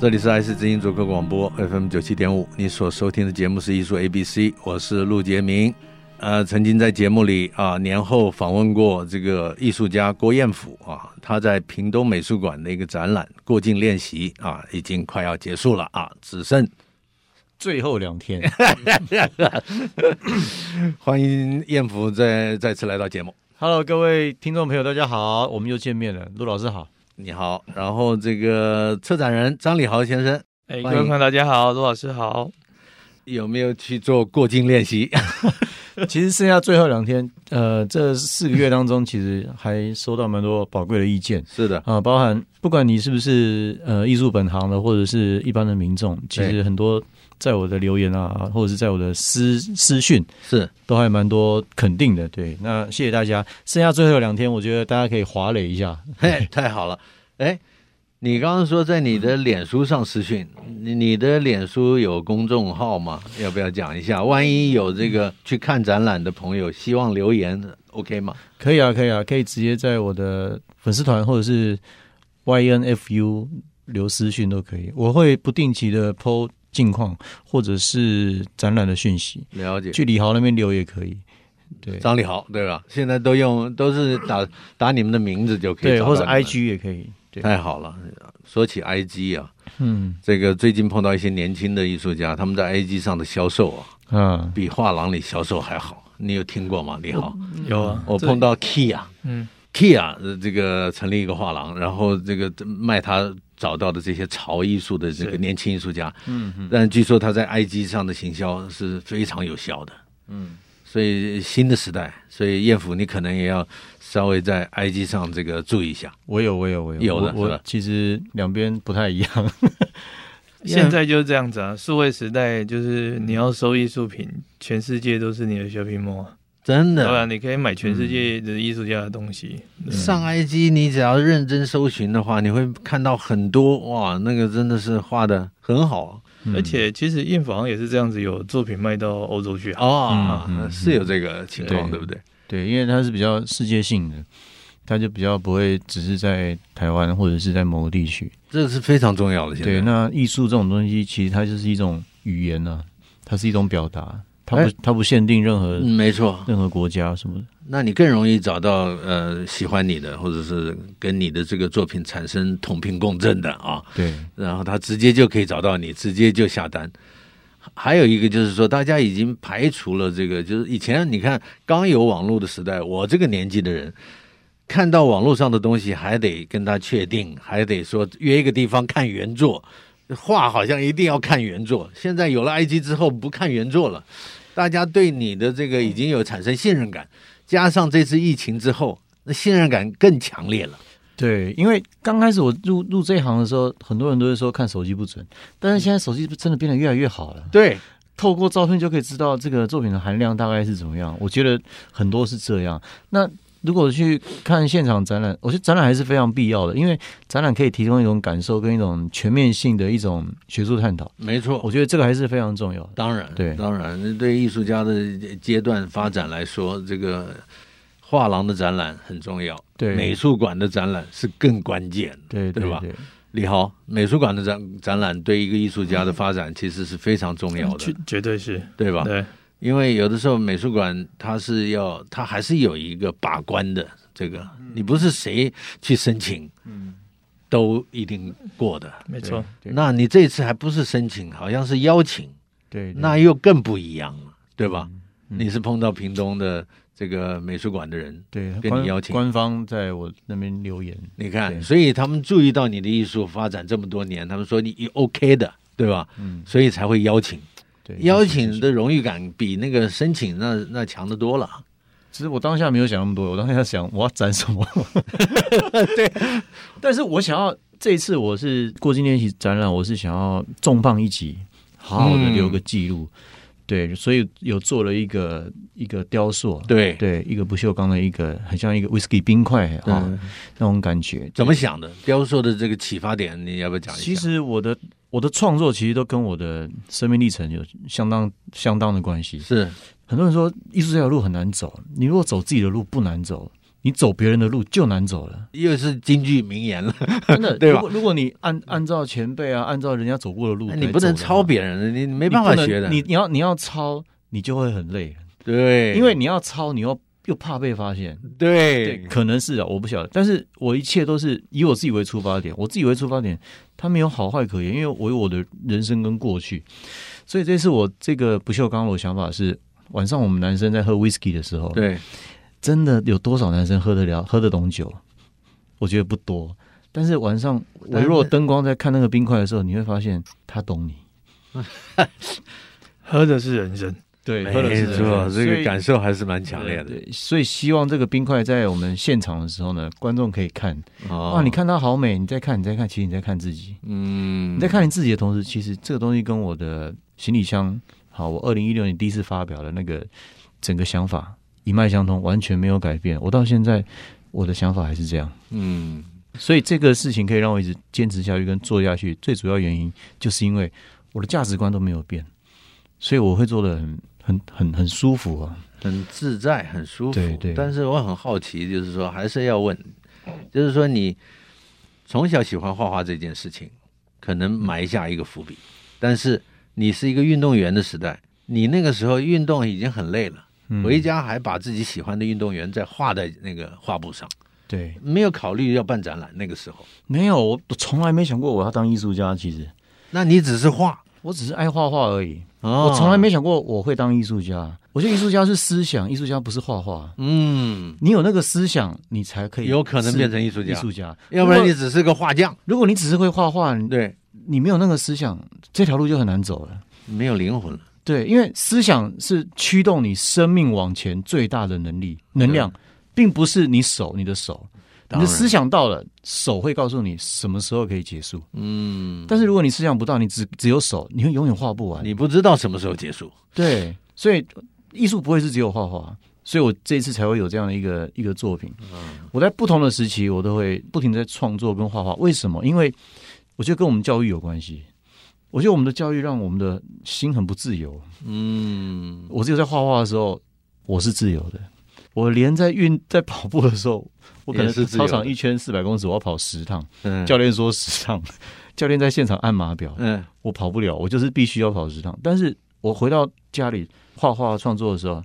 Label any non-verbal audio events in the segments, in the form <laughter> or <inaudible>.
这里是爱思之音主客广播 FM 九七点五，你所收听的节目是艺术 ABC，我是陆杰明。呃，曾经在节目里啊，年后访问过这个艺术家郭彦甫啊，他在屏东美术馆的一个展览《过境练习》啊，已经快要结束了啊，只剩最后两天， <laughs> 欢迎彦甫再再次来到节目。 Hello，各位听众朋友，大家好，我们又见面了，陆老师好。你好，然后这个策展人张礼豪先生哎，各欢位迎朋友，大家好，陆老师好。有没有去做过境练习？ <laughs> 其实剩下最后两天，呃，这四个月当中，其实还收到蛮多宝贵的意见是的，啊、包含不管你是不是呃艺术本行的，或者是一般的民众，其对实很多在我的留言啊，或者是在我的私私讯，是都还蛮多肯定的。对，那谢谢大家。剩下最后两天，我觉得大家可以划垒一下。 <laughs> 嘿，太好了！哎，你刚刚说在你嗯的脸书上私讯，你你的脸书有公众号吗？要不要讲一下？万一有这嗯个去看展览的朋友希望留言，OK 吗？可以啊，可以啊，可以直接在我的粉丝团或者是 YNFU 留私讯都可以，我会不定期的 PO 近况或者是展览的讯息，了解。去李豪那边留也可以，对张立豪对吧？现在都用都是打打你们的名字就可以对，找到或者你们哎 IG 也可以，对，太好了。说起 IG 啊，嗯这个最近碰到一些年轻的艺术家，他们在 IG 上的销售啊，啊，比画廊里销售还好。你有听过吗？你好，有啊，我哦碰到 Key 啊，嗯， Kia 呃这个成立一个画廊，然后这个卖他找到的这些潮艺术的这个是年轻艺术家，嗯，但据说他在 IG 上的行销是非常有效的，嗯，所以新的时代，所以艳福你可能也要稍微在 IG 上这个注意一下，我有我有我有有的我是吧我其实两边不太一样， <laughs> 现在就是这样子啊，数位时代就是你要收艺术品，全世界都是你的 shopping mall，啊真对吧？的。嗯你可以买全世界的艺术家的东西。上 IG 你只要认真搜寻的话，你会看到很多哇，那个真的是画的很好嗯而且其实印好像也是这样子，有作品卖到欧洲去啊。哦，嗯嗯是有这个情况，对对不对？对，因为它是比较世界性的，它就比较不会只是在台湾或者是在某个地区。这是非常重要的。现在对，那艺术这种东西，其实它就是一种语言呐、它是一种表达，它不、哎它不限定任何、嗯没错，任何国家什么的。那你更容易找到呃喜欢你的，或者是跟你的这个作品产生同频共振的啊，对，然后他直接就可以找到你，直接就下单。还有一个就是说，大家已经排除了这个，就是以前你看刚有网络的时代，我这个年纪的人看到网络上的东西，还得跟他确定，还得说约一个地方看原作，画好像一定要看原作。现在有了 IG 之后，不看原作了，大家对你的这个已经有产生信任感，加上这次疫情之后，那信任感更强烈了。对，因为刚开始我入入这一行的时候，很多人都会说看手机不准，但是现在手机真的变得越来越好了，对，透过照片就可以知道这个作品的含量大概是怎么样。我觉得很多是这样。那如果去看现场展览，我觉得展览还是非常必要的，因为展览可以提供一种感受跟一种全面性的一种学术探讨。没错，我觉得这个还是非常重要的。当然，对当然，对艺术家的阶段发展来说，这个画廊的展览很重要，对美术馆的展览是更关键的。对对吧对李豪，美术馆的展展览对一个艺术家的发展其实是非常重嗯要绝的，绝对是，对哦吧？对，因为有的时候美术馆它是要，它还是有一个把关的，这个你不是谁去申请，嗯，都一定过的。没错。对那你这次还不是申请，好像是邀请，对，对那又更不一样了，对吧？嗯你是碰到屏东的这个美术馆的人，对跟官你邀请官方在我那边留言，你看，对所以他们注意到你的艺术发展这么多年，他们说你你 OK 的，对吧？所以才会邀请，嗯对邀就是请的荣誉感比那个申请那那强得多了。其实我当 <laughs> 下没有想那么多，我当下想我要展什么，对，但是我想要这一次我是过境练习展览，我是想要重磅一击，好好嗯的留个记录。对，所以有做了一个一个雕塑，对对，一个不锈钢的一个，很像一个 whisky 冰块啊、嗯那种感觉。怎么想的？雕塑的这个启发点，你要不要讲一下？其实我的我的创作其实都跟我的生命历程有相当相当的关系。是很多人说艺术这条路很难走，你如果走自己的路不难走，你走别人的路就难走 <laughs> 了。又是京剧名言了，真的，对吧哎如果如果你按按照前辈啊，按照人家走过的路来走的话，你不能抄别人的，你你没你办不法能学的。你你要你要抄，你就会很累，对，因为你要抄，你又又怕被发现。对，对可能是啊，我不晓得，但是我一切都是以我自己为出发点，我自己为出发点，它没有好坏可言，因为我有我的人生跟过去，所以这次我这个不锈钢楼想法是，晚上我们男生在喝 whisky 的时候，，对，真的有多少男生喝得了、喝得懂酒？我觉得不多，但是晚上微弱灯光在看那个冰块的时候，你会发现他懂你，喝的是人生，对没喝的是人错，所以这个感受还是蛮强烈的。对，所以希望这个冰块在我们现场的时候呢，观众可以看，哦哇，你，看它好美，你再看，你再看，其实你在看自己。嗯，你在看你自己的同时，其实这个东西跟我的行李箱，好，我二零一六年第一次发表的那个整个想法一脉相通，完全没有改变。我到现在我的想法还是这样，嗯，所以这个事情可以让我一直坚持下去跟做下去。最主要原因就是因为我的价值观都没有变，所以我会做的很很很很舒服啊。很自在，很舒服。对对但是我很好奇，就是说，还是要问，就是说，你从小喜欢画画这件事情，可能埋下一个伏笔，嗯但是你是一个运动员的时代，你那个时候运动已经很累了。嗯回家还把自己喜欢的运动员再画在那个画布上，对，没有考虑要办展览。那个时候，没有，我我从来没想过我要当艺术家。其实那你只是画，我只是爱画画而已，哦我从来，没想过我会当艺术家。我觉得艺术家是思想，艺术家不是画画。嗯，你有那个思想，你才可以有可能是变成艺术家艺术家，要不然你如果只是个画匠，如果你只是会画画，你对，你没有那个思想，这条路就很难走了。没有灵魂了。对，因为思想是驱动你生命往前最大的能力能量，并不是你手你的手，你当的然思想到了，手会告诉你什么时候可以结束。嗯，但是如果你思想不到，你只只有手，你会永远画不完。你不知道什么时候结束。对，所以艺术不会是只有画画，所以我这一次才会有这样的一个一个作品。嗯我在不同的时期，我都会不停地在创作跟画画。为什么？因为我觉得跟我们教育有关系。我觉得我们的教育让我们的心很不自由。嗯，我只有在画画的时候，我是自由的。我连在运在跑步的时候，我可能也是自由操的场一圈四百公尺，我要跑十趟。嗯教练说十趟，教练在现场按码表，嗯我跑不了，我就是必须要跑十趟。但是我回到家里画画创作的时候，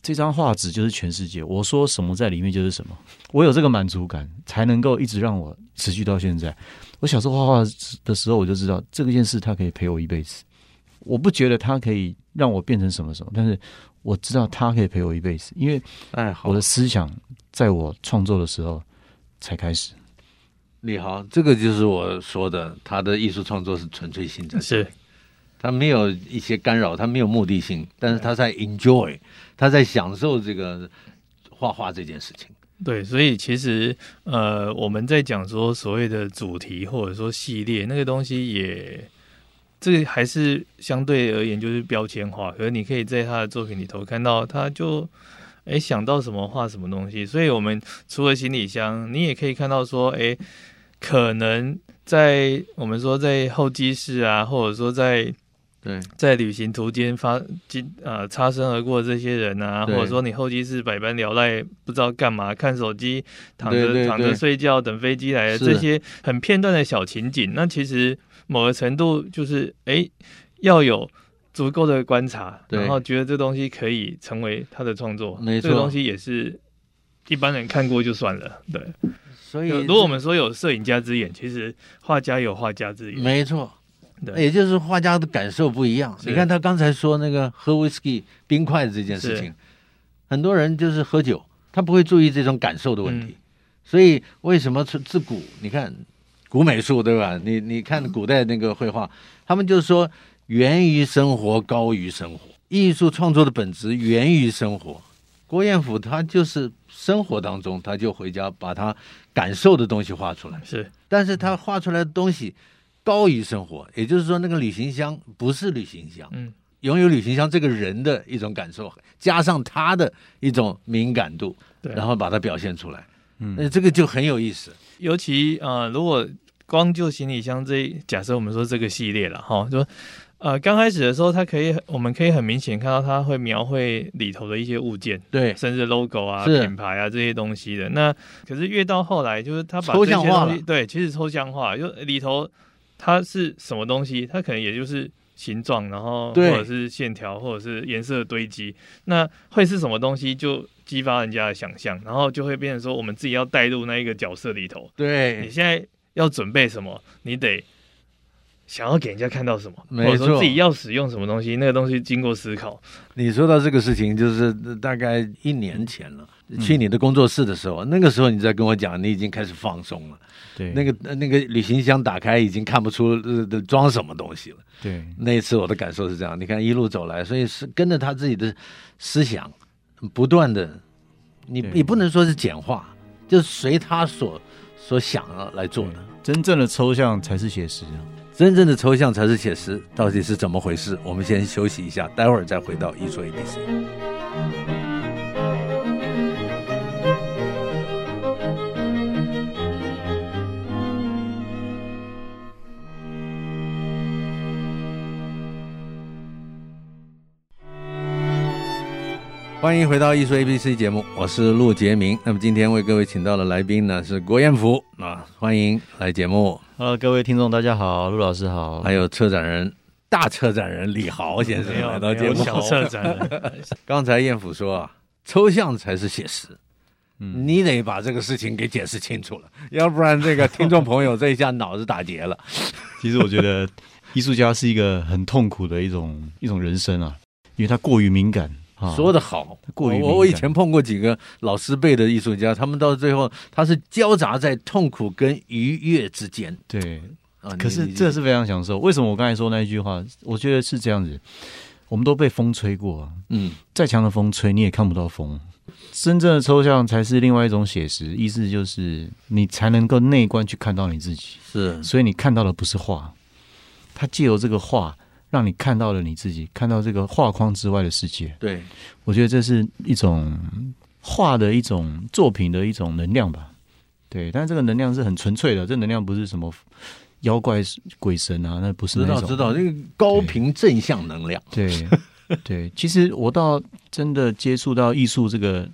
这张画纸就是全世界，我说什么在里面就是什么，我有这个满足感，才能够一直让我持续到现在。我小时候画画的时候，我就知道这件事它可以陪我一辈子。我不觉得它可以让我变成什么什么，但是我知道它可以陪我一辈子，因为哎，好我的，思想在我创作的时候才开始。李豪，这个就是我说的，他的艺术创作是纯粹性的，是他没有一些干扰，他没有目的性，但是他在 enjoy，他在享受这个画画这件事情。对，所以其实呃，我们在讲说所谓的主题或者说系列那个东西也。这个还是相对而言就是标签化，可是你可以在他的作品里头看到，他就哎想到什么画什么东西。所以我们除了行李箱，你也可以看到说，哎，可能在我们说在候机室啊，或者说在对，在旅行途间发经呃擦身而过的这些人啊，或对者说你候机室百般聊赖，不知道干嘛，看手机，躺着对对躺对着睡觉，等飞机来的是这些很片段的小情景，那其实某个程度就是哎要有。足够的观察，对然后觉得这东西可以成为他的创作，没错这个东西也是一般人看过就算了。对，所以如果我们说有摄影家之眼，其实画家有画家之眼。没哎错，对，也就是画家的感受不一样。是你看他刚才说那个喝 whisky 冰块这件事情，很多人就是喝酒，他不会注意这种感受的问题。嗯所以为什么自自古你看古美术对吧？你你看古代那个绘画，他们就说源于生活高于生活，艺术创作的本质源于生活。郭彦甫他就是生活当中，他就回家把他感受的东西画出来，是但是他画出来的东西高于生活，也就是说，那个旅行箱不是旅行箱，嗯拥有旅行箱这个人的一种感受，加上他的一种敏感度，对，然后把它表现出来，嗯那这个就很有意思。尤其呃，如果光就行李箱这一，假设我们说这个系列了哈，就呃刚开始的时候，它可以我们可以很明显看到它会描绘里头的一些物件，对，甚至 logo 啊、是品牌啊这些东西的。那可是越到后来，就是它把抽这些象化东西了对，其实抽象化，就里头它是什么东西，它可能也就是形状，然后或对者是线条，或者是颜色的堆积。那会是什么东西，就激发人家的想象，然后就会变成说，我们自己要带入那一个角色里头。你对，现在要准备什么？你得想要给人家看到什么，没或者说错自己要使用什么东西，那个东西经过思考。你说到这个事情，就是呃大概一年前了，去你的工作室的时候，那个时候你在跟我讲，你已经开始放松了，对，那个呃那个旅行箱打开已经看不出呃呃装什么东西了。对，那一次我的感受是这样，你看一路走来，所以是跟着他自己的思想，不断的，你对你不能说是简化，就是随他所所想啊来做的。真正的抽象才是写实啊。真正的抽象才是写实，到底是怎么回事？我们先休息一下，待会儿再回到一说一历史。欢迎回到艺术 ABC 节目，我是陆杰明。那么今天为各位请到的来宾呢是郭彦甫啊，欢迎来节目。 Hello，各位听众，大家好，陆老师好。还有策展人大策展人李豪先生没有啊来到节没有目。小策展 <laughs> 人，刚才燕甫说啊，抽象才是写实，嗯你得把这个事情给解释清楚了，要不然这个听众朋友这一下脑子打结了。其实我觉 <laughs> 得艺术家是一个很痛苦的一种一种人生啊，因为他过于敏感 <laughs> 啊。说的好，过于敏感我我以前碰过几个老师辈的艺术家，他们到最后他是交杂在痛苦跟愉悦之间对，啊。你可是你这是非常享受。为什么我刚才说那一句话？我觉得是这样子，我们都被风吹过啊，嗯，再强的风吹你也看不到风。真正的抽象才是另外一种写实，意思就是你才能够内观去看到你自己，是所以你看到的不是画，它借由这个画让你看到了你自己，看到这个画框之外的世界。对，我觉得这是一种画的一种作品的一种能量吧。对，但是这个能量是很纯粹的，这能量不是什么妖怪鬼神啊，那不是知那道种。知道，这个高频正向能量， <laughs> 对对，其实我到真的接触到艺术这个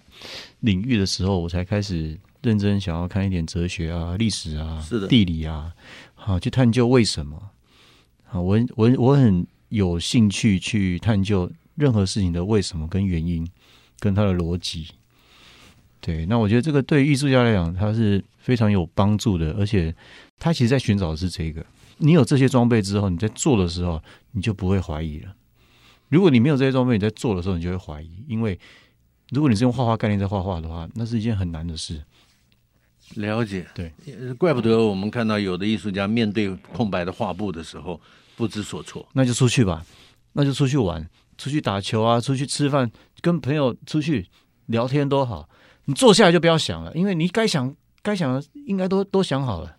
领域的时候，我才开始认真想要看一点哲学啊、历史啊、是的地理啊，好、去探究为什么。啊，我很我很我很有兴趣去探究任何事情的为什么跟原因，跟它的逻辑。对，那我觉得这个对于艺术家来讲，它是非常有帮助的，而且他其实在寻找的是这个。你有这些装备之后，你在做的时候，你就不会怀疑了。如果你没有这些装备，你在做的时候，你就会怀疑，因为如果你是用画画概念在画画的话，那是一件很难的事。了解，呃对，怪不得我们看到有的艺术家面对空白的画布的时候不知所措。那就出去吧，那就出去玩，出去打球啊，出去吃饭，跟朋友出去聊天都好。你坐下来就不要想了，因为你该想该想的应该都都想好了。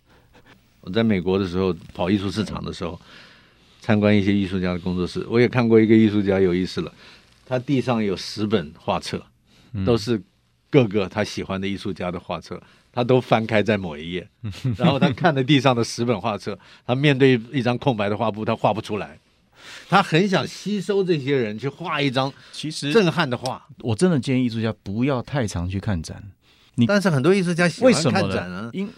我在美国的时候跑艺术市场的时候，参观一些艺术家的工作室，我也看过一个艺术家有意思了，他地上有十本画册，都是各个他喜欢的艺术家的画册，他都翻开在某一页，然后他看着地上的十本画册，他面对一张空白的画布，他画不出来。他很想吸收这些人去画一张其实震撼的画，我真的建议艺术家不要太常去看展，你但是很多艺术家喜为欢什么看呢？展啊，因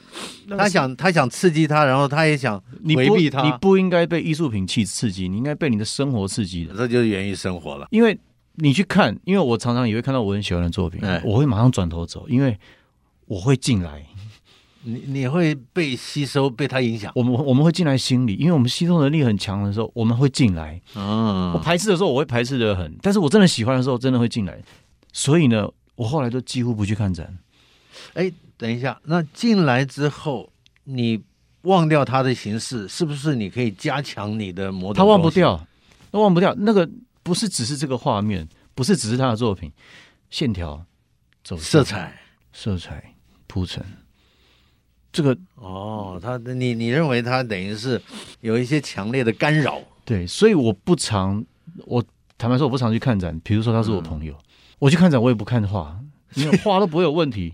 他想他想刺激他，然后他也想你回不避他你不应该被艺术品刺刺激，你应该被你的生活刺激的。这就是源于生活了。因为你去看，因为我常常也会看到我很喜欢的作品，哎我会马上转头走，因为我会进来，你你会被吸收，被它影响。我们我们会进来心里，因为我们吸收能力很强的时候，我们会进来。我嗯，排斥的时候，我会排斥的很，但是我真的喜欢的时候，真的会进来。所以呢，我后来都几乎不去看展。哎，等一下，那进来之后，你忘掉它的形式，是不是你可以加强你的某种？他忘不。掉，他忘不掉那个不是只是这个画面，不是只是他的作品，线条、走向色彩。色彩铺陈，这个哦，他你你认为他等于是有一些强烈的干扰，对，所以我不常，我坦白说我不常去看展。比如说他嗯是我朋友，我去看展我也不看画，因为画都不会有问题。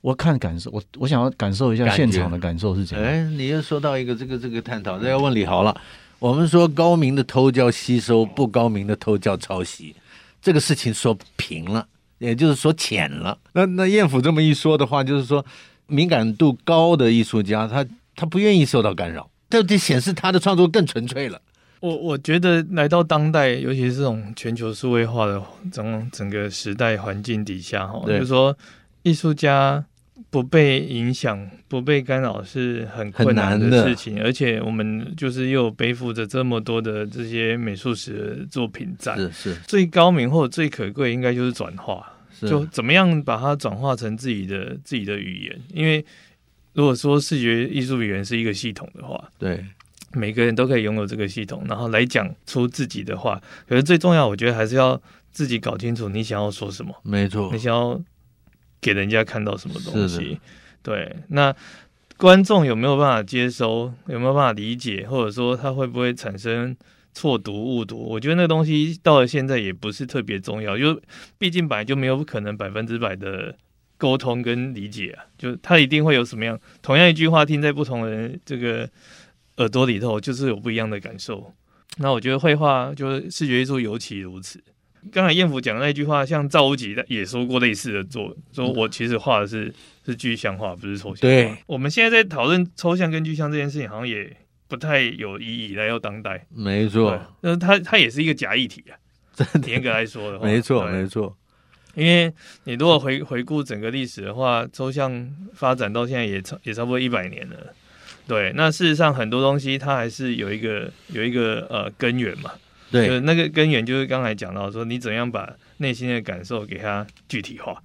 我看感受，我我想要感受一下感觉现场的感受是怎样。哎，你又说到一个这个这个探讨，这要问李豪了。我们说高明的偷叫吸收，不高明的偷叫抄袭，这个事情说平了，也就是说浅了。那那艳府这么一说的话，就是说敏感度高的艺术家，他他不愿意受到干扰，这就显示他的创作更纯粹了。我我觉得来到当代，尤其是这种全球数位化的整整个时代环境底下，哈，对就是说艺术家不被影响、不被干扰是很困难很难的的事情，而且我们就是又背负着这么多的这些美术史的作品在。是是最高明或者最可贵，应该就是转化。是，就怎么样把它转化成自己的自己的语言？因为如果说视觉艺术语言是一个系统的话，对每个人都可以拥有这个系统，然后来讲出自己的话。可是最重要，我觉得还是要自己搞清楚你想要说什么，没错你，想要给人家看到什么东是西。对，那观众有没有办法接收？有没有办法理解？或者说他会不会产生？错读误读，我觉得那个东西到了现在也不是特别重要，就毕竟本来就没有可能百分之百的沟通跟理解啊，就他一定会有什么样，同样一句话听在不同的人这个耳朵里头，就是有不一样的感受。那我觉得绘画就是视觉艺术尤其如此。刚才燕府讲的那句话，像赵无极也说过类似的作，说我其实画的是是具象化，不是抽象化。对，我们现在在讨论抽象跟具象这件事情，好像也不太有意义来到当代。没错对，，那它它也是一个假议题啊。严格来说的话， <laughs> 没错，对没错，因为你如果回回顾整个历史的话，抽象发展到现在也差也差不多一百年了。对，那事实上很多东西它还是有一个有一个呃根源嘛，就是对，那个根源就是刚才讲到说你怎样把内心的感受给它具体化，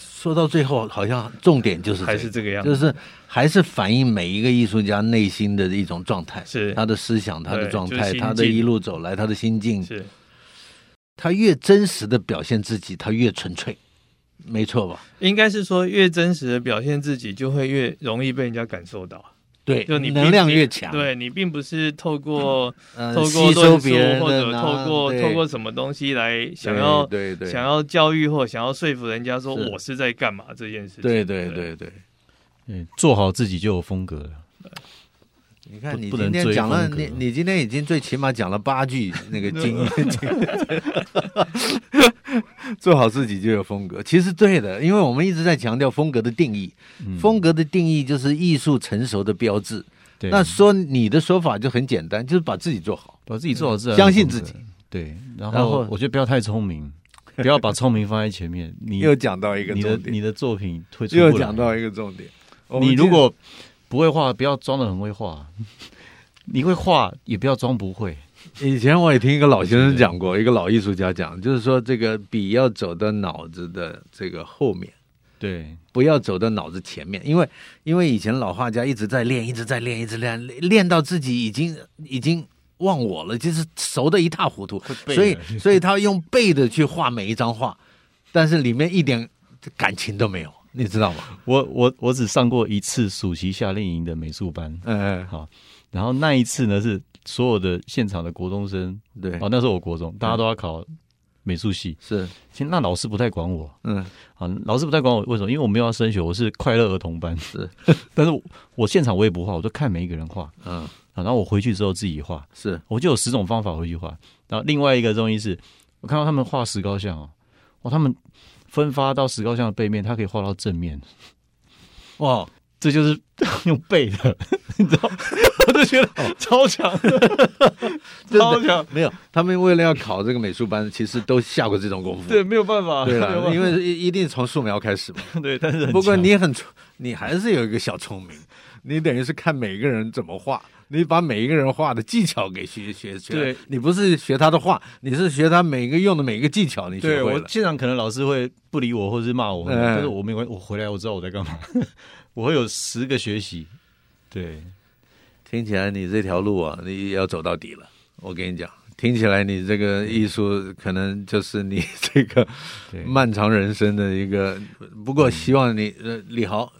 说到最后，好像重点就是还这是个这个样就子。是还是反映每一个艺术家内心的一种状态，是他的思想、他的对状就是态、心境他的一路走来、他的心境。是他越真实的表现自己，他越纯粹，没错吧？应该是说越真实的表现自己，就会越容易被人家感受到。对，就你并能量越强，，对你并不是透过、呃、透过吸收论述别人或者的啊，透过对透过什么东西来想要对对对想要教育或想要说服人家说是我是在干嘛这件事情。对对对对。对，做好自己就有风格了。你看，不你不今能天追讲了，风格你你今天已经最起码讲了八 <laughs> 句那个经验， <laughs> 做好自己就有风格。其实对的，因为我们一直在强调风格的定义，嗯风格的定义就是艺术成熟的标志。对，那说你的说法就很简单，就是把自己做好。把自己做好自然，相信自己。对，然然后后我觉得不要太聪明，不要把聪明放在前面。你 <laughs> 又讲到一个你的重你点，的作品推出不来又讲到一个重点。我们你今如果不会画，不要装的很会画； <laughs> 你会画，也不要装不会。以前我也听一个老先生讲过，一个老艺术家讲，就是说这个笔要走到脑子的这个后面。对，不要走到脑子前面，因为因为以前老画家一直在练，一直在练，一直练，练到自己已经已经忘我了，就是熟的一塌糊涂，背了所以所以他用背的去画每一张画，但是里面一点感情都没有，你知道吗？我我我只上过一次暑期夏令营的美术班， <laughs> 嗯，好，然后那一次呢是所有的现场的国中生，对哦，，那时候我国中，大家都要考美术系，是，其实那老师不太管我，嗯，啊，老师不太管我，为什么？因为我没有要升学，我是快乐儿童班。是， <laughs> 但是我我现场我也不画，我就看每一个人画嗯，啊。然后我回去之后自己画，是， <laughs> 我就有十种方法回去画。然后另外一个中医是，我看到他们画石膏像哦，哇，他们分发到石膏像的背面，它可以画到正面，哇，这就是 <laughs> 用背的， <laughs> 你知道？我就觉得超强 <laughs> 的，真超的强，没有，他们为了要考这个美术班，其实都下过这种功夫。对，没有办 <laughs> 法，对没有办了，法因为一一定从素描开始嘛。 <laughs> 对，但是很不过强你很聪，你还是有一个小聪明，你等于是看每个人怎么画，你把每一个人画的技巧给学学学。对，你不是学他的画，你是学他每个用的每个技巧，你对学会我了。现场可能老师会不理我，或者是骂我，嗯但是我没关系，我回来我知道我在干嘛， <laughs> 我会有十个学习。对，听起来你这条路啊，你要走到底了。我跟你讲，听起来你这个艺术可能就是你这个对，漫长人生的一个。不过希望你呃李豪，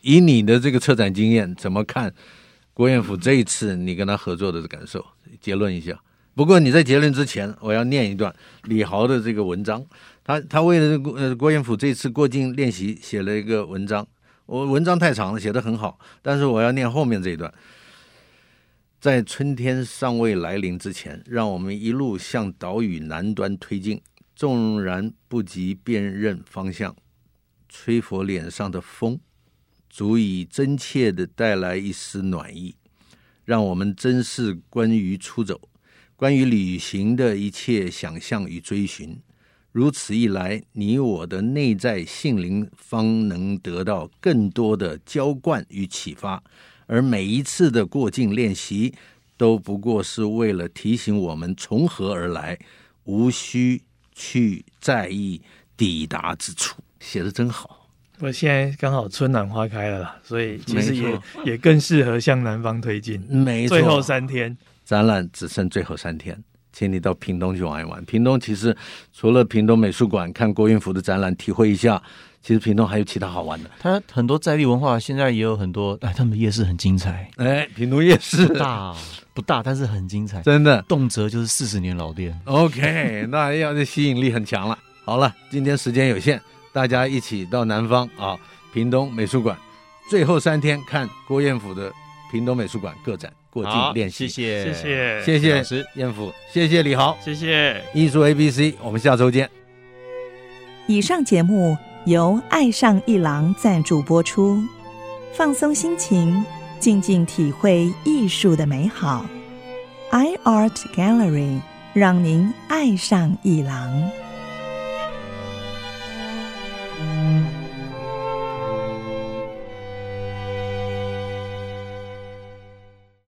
以你的这个策展经验，怎么看郭彦甫这一次你跟他合作的感受？结论一下。不过你在结论之前，我要念一段李豪的这个文章。他他为了这个呃郭彦甫这次过境练习写了一个文章，我文章太长了，写的很好，但是我要念后面这一段。在春天尚未来临之前，让我们一路向岛屿南端推进。纵然不及辨认方向，吹拂脸上的风，足以真切地带来一丝暖意，让我们珍视关于出走、关于旅行的一切想象与追寻。如此一来，你我的内在性灵方能得到更多的浇灌与启发，而每一次的过境练习，都不过是为了提醒我们从何而来，无需去在意抵达之处。写的真好，我现在刚好春暖花开了啦，所以其实没也错也更适合向南方推进。没错。最后三天，展览只剩最后三天，请你到屏东去玩一玩。屏东其实除了屏东美术馆看郭云福的展览，体会一下，其实屏东还有其他好玩的。它很多在地文化，现在也有很多，哎，他们夜市很精彩，哎，屏东夜市 <laughs> 不大不大，但是很精彩，真的动辄就是四十年老店。 OK，那 <laughs> 要是吸引力很强了。好了，今天时间有限，大家一起到南方啊，屏东美术馆，最后三天看郭彦甫的屏东美术馆个展过境练习。谢谢谢，哎谢老谢师彦甫，谢谢李豪，谢谢。艺术 ABC，我们下周见。以上节目由爱上一郎赞助播出，放松心情，静静体会艺术的美好。iArt Gallery 让您爱上一郎。